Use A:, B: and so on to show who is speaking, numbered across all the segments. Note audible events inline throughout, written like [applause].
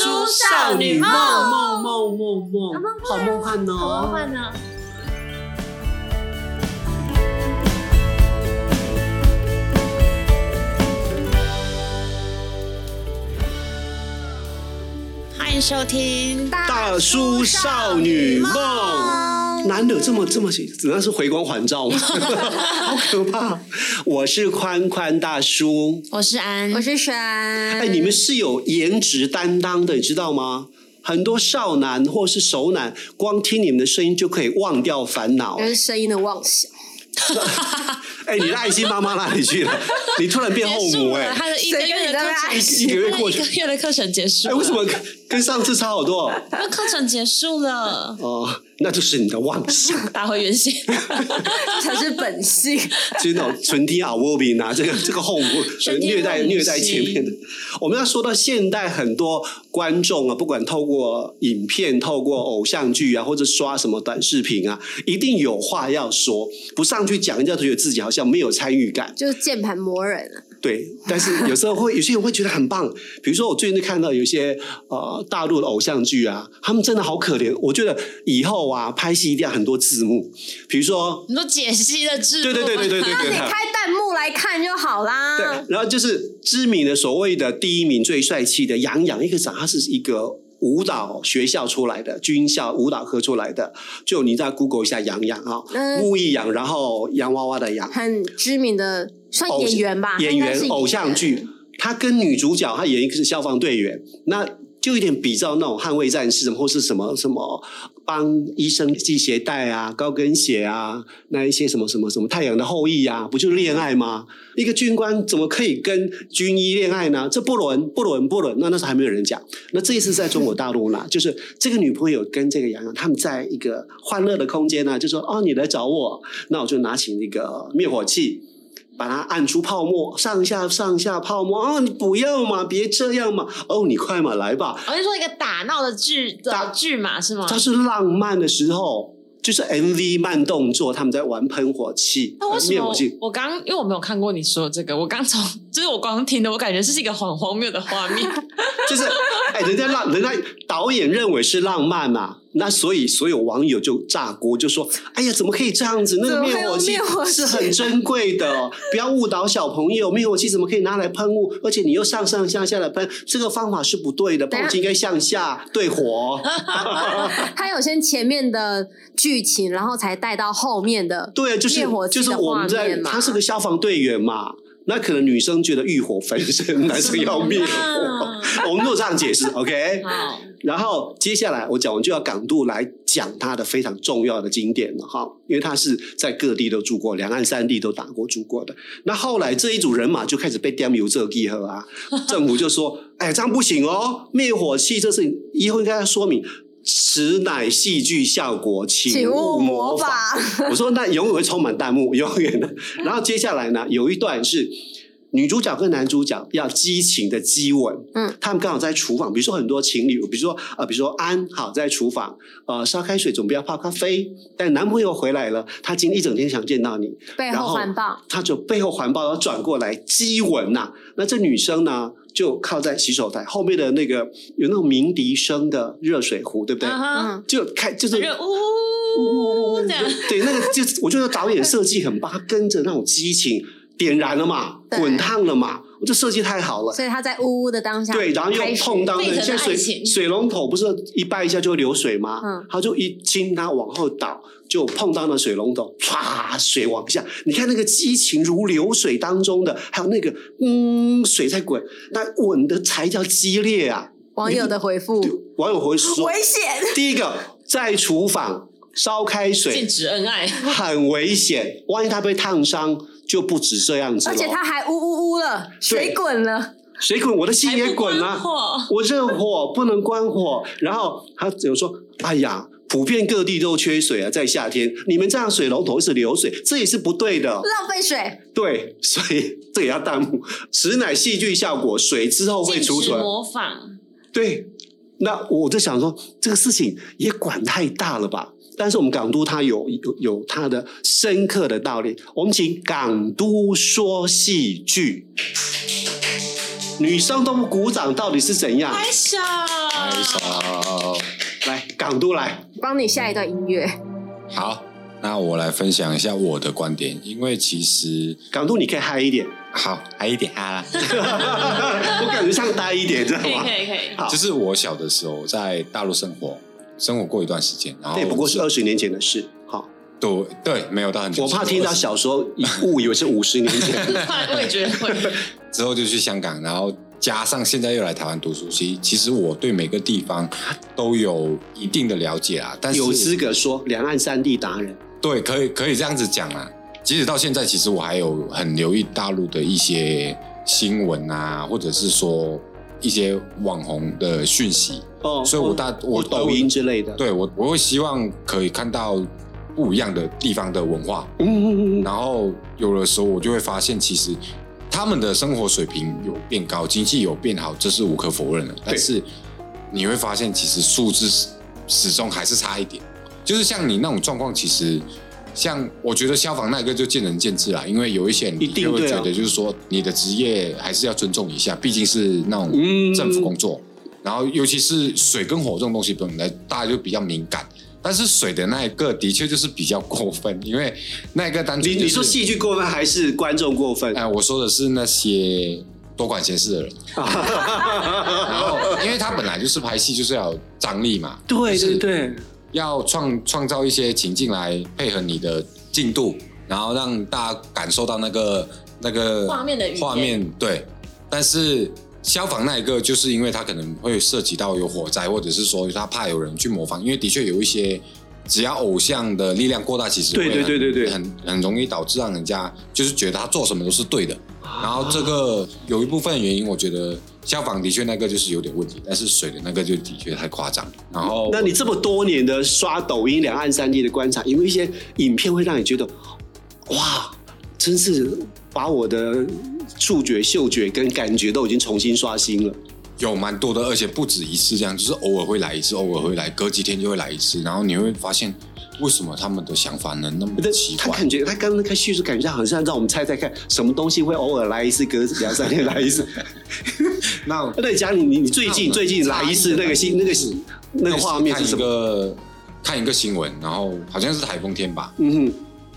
A: 少女梦梦梦梦
B: 好
A: 梦
B: 梦，幻
A: 好梦幻
B: 好梦
A: 哦！
B: 幻呢？
C: 欢迎收听
A: 大叔少女梦，难得这么这么，只那是回光返照 [laughs] 吗？好可怕！我是宽宽大叔，
C: 我是安，
D: 我是山。
A: 哎，你们是有颜值担当的，你知道吗？很多少男或是熟男，光听你们的声音就可以忘掉烦恼。
D: 就是声音的妄想，
A: 哎，你的爱心妈妈哪里去了？你突然变后母哎、 [laughs]
C: 他的一个
D: 谁跟
C: 月的
D: 你在
C: 课
D: 那
C: 程，
D: 爱 [laughs]
A: 一个
D: 心？
A: 月
C: 他的
A: 过
C: 一
A: 去
C: 个，月的课程结束
A: 哎，
C: 了，
A: 为什么跟跟上次差好多？
C: 因为课程结束了，
A: 哦，那就是你的妄想，
C: 打回原形。
D: 才是本性。
A: 真的纯听啊，沃比拿这个这个后母
C: 纯听
A: 虐待
C: 后母
A: 虐待
C: 系
A: 前面的。我们要说到现代很多观众啊，不管透过影片、透过偶像剧啊，或者刷什么短视频啊，一定有话要说，不上去讲，人家就觉得自己好像没有参与感。
D: 就是键盘魔人啊，
A: 对，但是有时候会有些人会觉得很棒，比如说我最近就看到有一些呃大陆的偶像剧啊，他们真的好可怜。我觉得以后啊拍戏一定要很多字幕，比如说
C: 你说解析的制
A: 对
C: 度，
A: 对对对对对
D: 那
A: 对
D: 你开弹幕来看就好啦。
A: 嗯对，然后就是知名的所谓的第一名最帅气的杨洋，一个长他是一个。舞蹈学校出来的，军校舞蹈科出来的，就你在 Google 一下杨洋啊，
D: 嗯
A: 木易杨，然后洋娃娃的洋，
D: 很知名的算
A: 偶
D: 演员吧，
A: 演
D: 他应该是
A: 员偶像剧，他跟女主角，他演一个是消防队员，那就有点比照那种捍卫战士或是什么什么帮医生系鞋带啊、高跟鞋啊，那一些什么什么什么太阳的后裔啊，不就是恋爱吗？一个军官怎么可以跟军医恋爱呢？这不伦不伦不伦，那那时候还没有人讲。那这一次在中国大陆呢， [laughs] 就是这个女朋友跟这个洋洋他们在一个欢乐的空间呢，就说哦，你来找我，那我就拿起那个灭火器。把它按出泡沫，上下上下泡沫。哦，你不要嘛，别这样嘛。哦，你快嘛，来吧。
C: 我就说一个打闹的剧
A: 打
C: 的剧嘛，是
D: 啊
C: 吗？
A: 它是浪漫的时候，就是 MV 慢动作，他们在玩喷火器、呃
C: 那为什
A: 灭
C: 么
A: 火器。
C: 我刚因为我没有看过你说的这个，我刚从就是我光听的，我感觉这是一个很荒谬的画面。
A: 就是哎，人家
D: [laughs]
A: 浪，人家导演认为是浪漫嘛，那所以所有网友就炸锅，就说：“哎呀，怎么可以这样子？那
D: 怎
A: 个
D: 么会
A: 灭
D: 有
A: 火器
D: 灭火器
A: 是很珍贵的，哦不要误导小朋友。灭火器怎么可以拿来喷雾？而且你又上上下下的喷，这个方法是不对的。
D: 等
A: 喷
D: 一
A: 火
D: 下
A: 器应该向下对火。
D: [laughs] 他有先前面的剧情，然后才带到后面的，
A: 对，啊就是
D: 灭火器
A: 就
D: 的
A: 是我们
D: 画
A: 在
D: 面嘛
A: 他是个消防队员嘛。”那可能女生觉得欲火焚身， [laughs] 男生要灭
D: 啊
A: 火。哦我们都有这样解
D: [laughs]
A: 释，OK？
C: 好，
A: 然后接下来我讲完就要港度来讲它的非常重要的经典了哈，因为它是在各地都住过，两岸三地都打过住过的。那后来这一组人马就开始被 damn 油这地和
D: [laughs]
A: 啊，政府就说，哎，这样不行哦，灭火器这事情以后应该要说明。此乃戏剧效果，请
D: 请
A: 勿
D: 勿
A: 模
D: 模
A: 仿。[laughs]
D: 仿。
A: 我说那永远会充满弹幕， [laughs] 永远的。然后接下来呢，有一段是女主角跟男主角要激情的激吻，
D: 嗯，
A: 他们刚好在厨房，比如说很多情侣，比如说呃，比如说安好在厨房，呃，烧开水准备要泡咖啡，但男朋友回来了，他今天一整天想见到你，
D: 背
A: 然
D: 后
A: 后
D: 环抱，
A: 他就背后环抱，然后转过来激吻呐、那这女生呢，就靠在洗手台后面的那个有那种鸣笛声的热水壶，对不对？
C: 嗯哼，
D: 嗯，
A: 就开就是
C: 热呜这样，
A: 对，那个就是我觉得导演设计很棒，他跟着那种激情点燃了嘛，
D: 对
A: 滚烫了嘛，这设计太好了。
D: 所以他在呜呜的当下，
A: 对，然后又碰到
C: 沸
A: 那
C: 腾的
A: 像水
C: 爱情
A: 水龙头，不是一掰一下就会流水吗？
D: 嗯
A: 他就一轻，他往后倒，就碰到那水龙头，唰，水往下。你看那个激情如流水当中的，还有那个嗯，水在滚，那吻的才叫激烈啊！
D: 网友的回复，
C: 嗯
A: 网友会说，
D: 危险，
A: 第一个在厨房烧开水
C: 禁，止恩
A: [laughs]
C: 爱。
A: 很危险，万一他被烫伤就不止这样子
D: 而
A: 了。
D: 且他还呜呜呜了，水滚了，
A: 水滚，我的心也滚了、
C: 还不关火
A: 我热火不能关火，然后他有说：“哎呀，普遍各地都缺水啊，在夏天，你们这样水龙头一直流水，这也是不对的。
D: 浪费水，”
A: 对，所以这也要弹幕。此乃戏剧效果，水之后会
C: 禁
A: 储
C: 止
A: 存。
C: 模仿，
A: 对，那我就想说，这个事情也管太大了吧？但是我们港都它有有有它的深刻的道理。我们请港都说戏剧，女生都不鼓掌，到底是怎样？
C: 拍手，
B: 手。
A: 来，港都来，
D: 帮你下一段音乐。
B: 好，那我来分享一下我的观点，因为其实
A: 港都你可以嗨一点， [laughs]
B: 好还一点哈啦，
A: 我感觉像呆一点，知道
C: 可以
B: [laughs]
A: 吗？
C: 可以可以，
A: 好
B: 就是我小的时候在大陆生活，生活过一段时间，然后
A: 这哎也不过是二十年前的事。好，
B: 对对，没有到很久，
A: 我怕听到小时候以误以为是五十年前。
C: 我也觉得会， [laughs]
B: 之后就去香港，然后加上现在又来台湾读书，其实其实我对每个地方都有一定的了解 [laughs] 啊，但是
A: 有资格说两岸三地达人，
B: 对，可以可以这样子讲啊。即使到现在，其实我还有很留意大陆的一些新闻啊，或者是说一些网红的讯息，
A: 哦，
B: 所以我大我都
A: 抖音之类的，，
B: 对我我会希望可以看到不一样的地方的文化，
A: 嗯嗯嗯嗯，
B: 然后有的时候我就会发现，其实他们的生活水平有变高，经济有变好，这是无可否认的。但是你会发现，其实数字始始终还是差一点。就是像你那种状况，其实像我觉得消防那个就见仁见智啦，因为有一些人
A: 一定
B: 就会
A: 对啊
B: 觉得，就是说你的职业还是要尊重一下，毕竟是那种
A: 嗯
B: 政府工作。然后尤其是水跟火这种东西，本来大家就比较敏感。但是水的那一个的确就是比较过分，因为那一个单纯、
A: 你
B: 就是、
A: 你说戏剧过分还是观众过
B: [laughs]
A: 分？
B: 哎、我说的是那些多管闲事的人，然后因为他本来就是拍戏就是要有张力嘛，
A: 对
B: 就是
A: 对对，
B: 要创创造一些情境来配合你的进度，然后让大家感受到那个那个
C: 画面的语言
B: 画面对。但是消防那一个，就是因为它可能会涉及到有火灾，或者是说他怕有人去模仿，因为的确有一些。只要偶像的力量过大，其实
A: 对
B: 会
A: 对
B: 很
A: 对对对
B: 很很容易导致让人家就是觉得他做什么都是对的。然后这个有一部分原因，我觉得消防的确那个就是有点问题，但是水的那个就的确太夸张了。然后
A: 那你这么多年的刷抖音两岸三地的观察，有没有一些影片会让你觉得，哇，真是把我的触觉、嗅觉跟感觉都已经重新刷新了？
B: 有蛮多的，而且不止一次这样，就是偶尔会来一次，偶尔会来，隔几天就会来一次，然后你会发现为什么他们的想法能那么
A: 但
B: 奇
A: 他
B: 怪？
A: 感觉他刚刚开叙述，感觉好像让我们猜猜看，什么东西会偶尔来一次，隔两三天来一
B: [laughs]
A: 次。
B: 那
A: 那你讲你你你最
B: 那我
A: 近
B: 们
A: 最近来一次
B: [laughs]
A: 那个新那个那个画面
B: 看
A: 是
B: 一
A: 什么？
B: 个看一个新闻，然后好像是台风天吧，
A: 嗯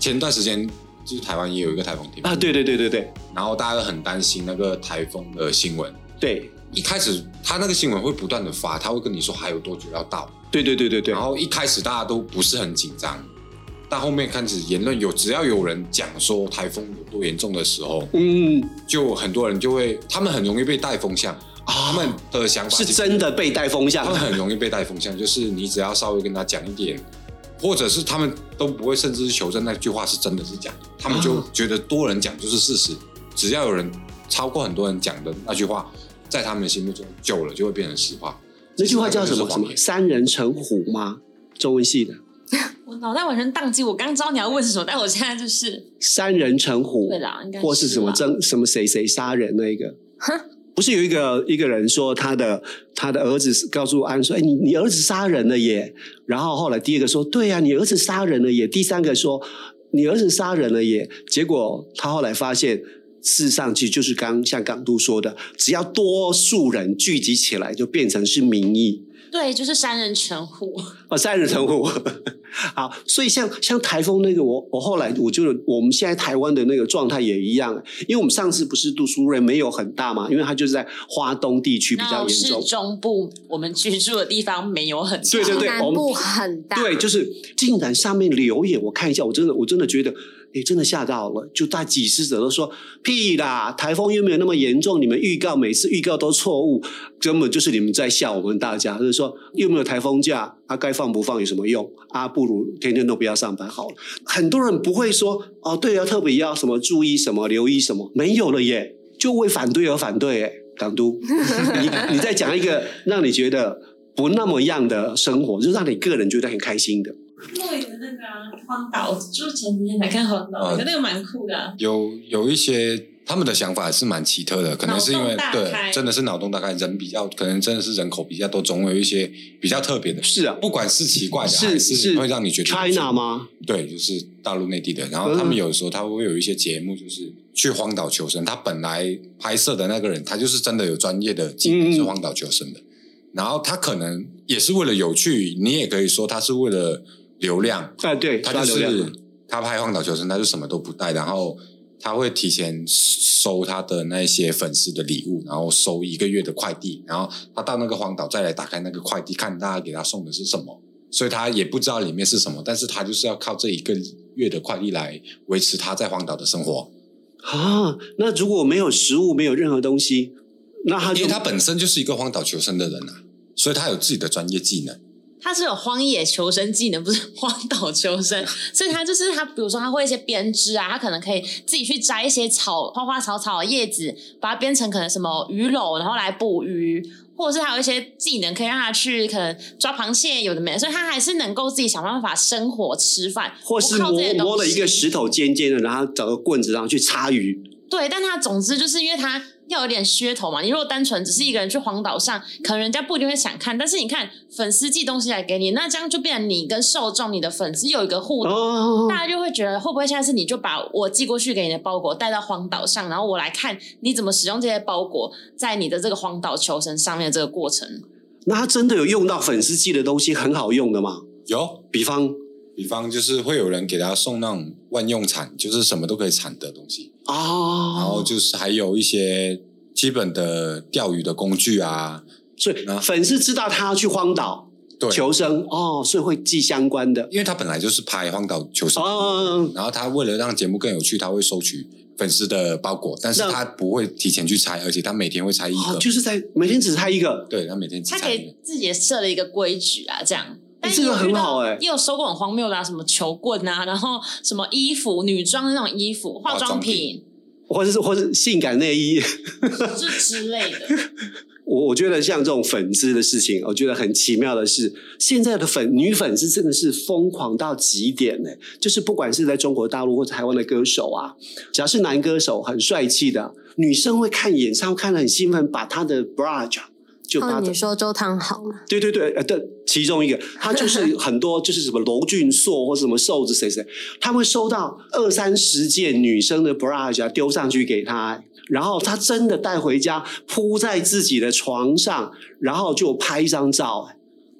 B: 前段时间就是台湾也有一个台风天
A: 哼，啊，对对对对对
B: 然后大家都很担心那个台风的新闻。
A: 对
B: 一开始他那个新闻会不断的发，他会跟你说还有多久要到，
A: 对对对对对
B: 然，后一开始大家都不是很紧张，但后面开始言论有，只要有人讲说台风有多严重的时候，
A: 嗯
B: 就很多人就会，他们很容易被带风向，他
C: 啊
B: 们的想法
A: 是
B: 就
A: 真的被带风向啊
B: 他们很容易被带风向，就是你只要稍微跟他讲一点，或者是他们都不会，甚至是求证那句话是真的是假的，他们就
A: 啊
B: 觉得多人讲就是事实，只要有人超过很多人讲的那句话，在他们的心目中久了就会变成实话。
A: 那句话叫什
B: 其实
A: 么？什
B: 那个就是谎
A: 么？
B: 言
A: 三人成虎吗？中文系的
C: 我脑袋完全宕机。我刚知道你要问什么，但我现在就是
A: 三人成虎，
C: 对啦应该是啦
A: 或是什么争什么谁谁杀人那一个
D: 哼。
A: 不是有一个一个人说他的他的儿子告诉安说：“哎，你你儿子杀人了耶！”然后后来第一个说：“对呀、你儿子杀人了耶！”第三个说：“你儿子杀人了耶！”结果他后来发现，事实上其实就是刚像港都说的，只要多数人聚集起来，就变成是民意。
C: 对，就是三人成虎。
A: 哦，三人成虎。 [laughs] 好，所以像像台风那个，我我后来我就我们现在台湾的那个状态也一样，啊因为我们上次不是杜苏芮没有很大嘛，因为它就是在花东地区比较
C: 那
A: 严
C: 哦是
A: 重。
C: 中部，我们居住的地方没有很
A: 对
D: [laughs]
A: 对对
D: 南
A: 我们
D: 部很大，
A: 对，就是竟然上面留言，我看一下，我真的我真的觉得，哎，真的吓到了。就大几十者都说屁啦，台风又没有那么严重，你们预告每次预告都错误，根本就是你们在笑我们大家。就是说又没有台风假，啊，该放不放有什么用？啊，不如天天都不要上班好了。很多人不会说哦，对啊，特别要什么注意什么，留意什么，没有了耶，就为反对而反对耶。港都，
B: [laughs]
A: 你你再讲一个让你觉得不那么样的生活，就让你个人觉得很开心的。
C: 对的那个啊荒岛，就是前几天才看荒岛，我觉得那个蛮酷的啊。
B: 有有一些他们的想法是蛮奇特的，可能是因为
C: 脑洞大开
B: 对，真的是脑洞大开，人比较可能真的是人口比较多，总有一些比较特别的，
A: 是啊，
B: 不管是奇怪的还
A: 是
B: 是会让你觉得
A: China 吗？
B: 对，就是大陆内地的。然后他们有时候他会有一些节目，就是去荒岛求生。他本来拍摄的那个人，他就是真的有专业的技能
A: 嗯
B: 是荒岛求生的。然后他可能也是为了有趣，你也可以说他是为了流量，
A: 啊，对，
B: 他
A: 刷
B: 就
A: 流量
B: 是他拍《荒岛求生》，他就什么都不带，然后他会提前收他的那些粉丝的礼物，然后收一个月的快递，然后他到那个荒岛再来打开那个快递，看大家给他送的是什么，所以他也不知道里面是什么，但是他就是要靠这一个月的快递来维持他在荒岛的生活，
A: 啊。那如果没有食物，没有任何东西，那他
B: 因
A: 就
B: 为他本身就是一个荒岛求生的人啊，所以他有自己的专业技能。
C: 他是有荒野求生技能，不是荒岛
A: [laughs]
C: 求生，所以他就是他，比如说他会一些编织啊，他可能可以自己去摘一些草、花花草草的叶子，把它编成可能什么鱼篓，然后来捕鱼，或者是还有一些技能可以让他去可能抓螃蟹，有的没的，所以他还是能够自己想办法生活、吃饭，
A: 或是
C: 不靠这些
A: 摸
C: 东
A: 摸了一个
C: 西
A: 石头尖尖的，然后找个棍子，然后去插鱼。
C: 对，但他总之就是因为他要有点噱头嘛。你如果单纯只是一个人去荒岛上，可能人家不一定会想看。但是你看粉丝寄东西来给你，那这样就变成你跟受众、你的粉丝有一个互动，
A: 哦，
C: 大家就会觉得会不会下次你就把我寄过去给你的包裹带到荒岛上，然后我来看你怎么使用这些包裹在你的这个荒岛求生上面的这个过程。
A: 那他真的有用到粉丝寄的东西很好用的吗？
B: 有，
A: 比方
B: 比方就是会有人给他送那种万用铲，就是什么都可以铲的东西，
A: 哦，
B: 然后就是还有一些基本的钓鱼的工具啊，
A: 所以
B: 啊
A: 粉丝知道他要去荒岛
B: 对，
A: 求生哦，所以会寄相关的
B: 因为他本来就是拍荒岛求生，
A: 哦，
B: 然后他为了让节目更有趣，他会收取粉丝的包裹，但是
A: 那
B: 他不会提前去拆，而且他每天会拆一
A: 哦
B: 个，
A: 就是在每天只拆一个，
B: 对他每天只
C: 他
B: 拆一
C: 给
B: 个，
C: 自己设了一个规矩啊，这样。但
A: 这个
C: 也有
A: 很
C: 遇到
A: 好欸
C: 也有收过很荒谬的、啊，什么球棍啊，然后什么衣服、女装的那种衣服、化
B: 化妆
C: 妆
B: 品
C: 品，
A: 或者是或是性感内衣。
C: 就之类的。
A: 我我觉得像这种粉丝的事情，我觉得很奇妙的是，现在的粉女粉丝真的是疯狂到极点呢、就是不管是在中国大陆或台湾的歌手啊，只要是男歌手很帅气的，女生会看演唱会看得很兴奋，把他的 bra 就就把
D: 哦，
A: 他
D: 你说周汤豪吗？
A: 对对对，呃，对，其中一个，他就是很多就是什么娄俊硕或什么瘦子谁谁，他会收到二三十件女生的啊 bra 夹丢上去给他，然后他真的带回家铺在自己的床上，然后就拍一张照，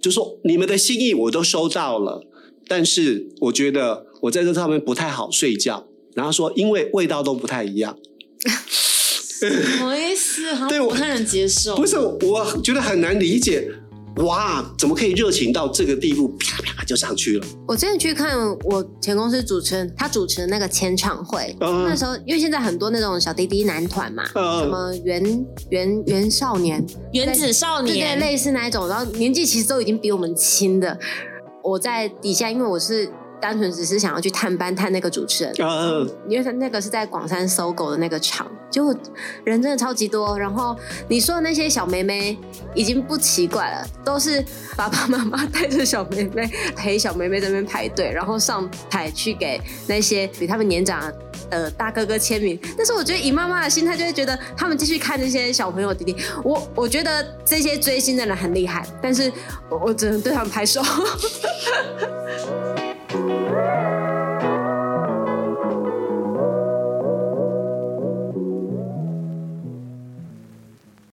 A: 就说你们的心意我都收到了，但是我觉得我在这上面不太好睡觉，然后说因为味道都不太一样。
C: 什么意思？好
A: 对
C: 像
A: 我
C: 不太能接
A: [laughs]
C: 受。
A: 不是，我觉得很难理解，哇，怎么可以热情到这个地步，啪啪就上去了？
D: 我之前去看我前公司主持人，他主持的那个签唱会，
A: 嗯
D: 那时候因为现在很多那种小滴滴男团嘛，什
A: 呃，
D: 么原原原少年，
C: 原子少
D: 对对，
C: 年，
D: 类似那一种，然后年纪其实都已经比我们轻的。我在底下，因为我是单纯只是想要去探班探那个主持人，
A: 呃，
D: 因为他那个是在广山搜狗的那个场，结果人真的超级多。然后你说的那些小妹妹已经不奇怪了，都是爸爸妈妈带着小妹妹陪小妹妹在那边排队，然后上台去给那些比他们年长的大哥哥签名。但是我觉得以妈妈的心态，就会觉得他们继续看那些小朋友弟弟。我我觉得这些追星的人很厉害，但是我我只能对他们拍手。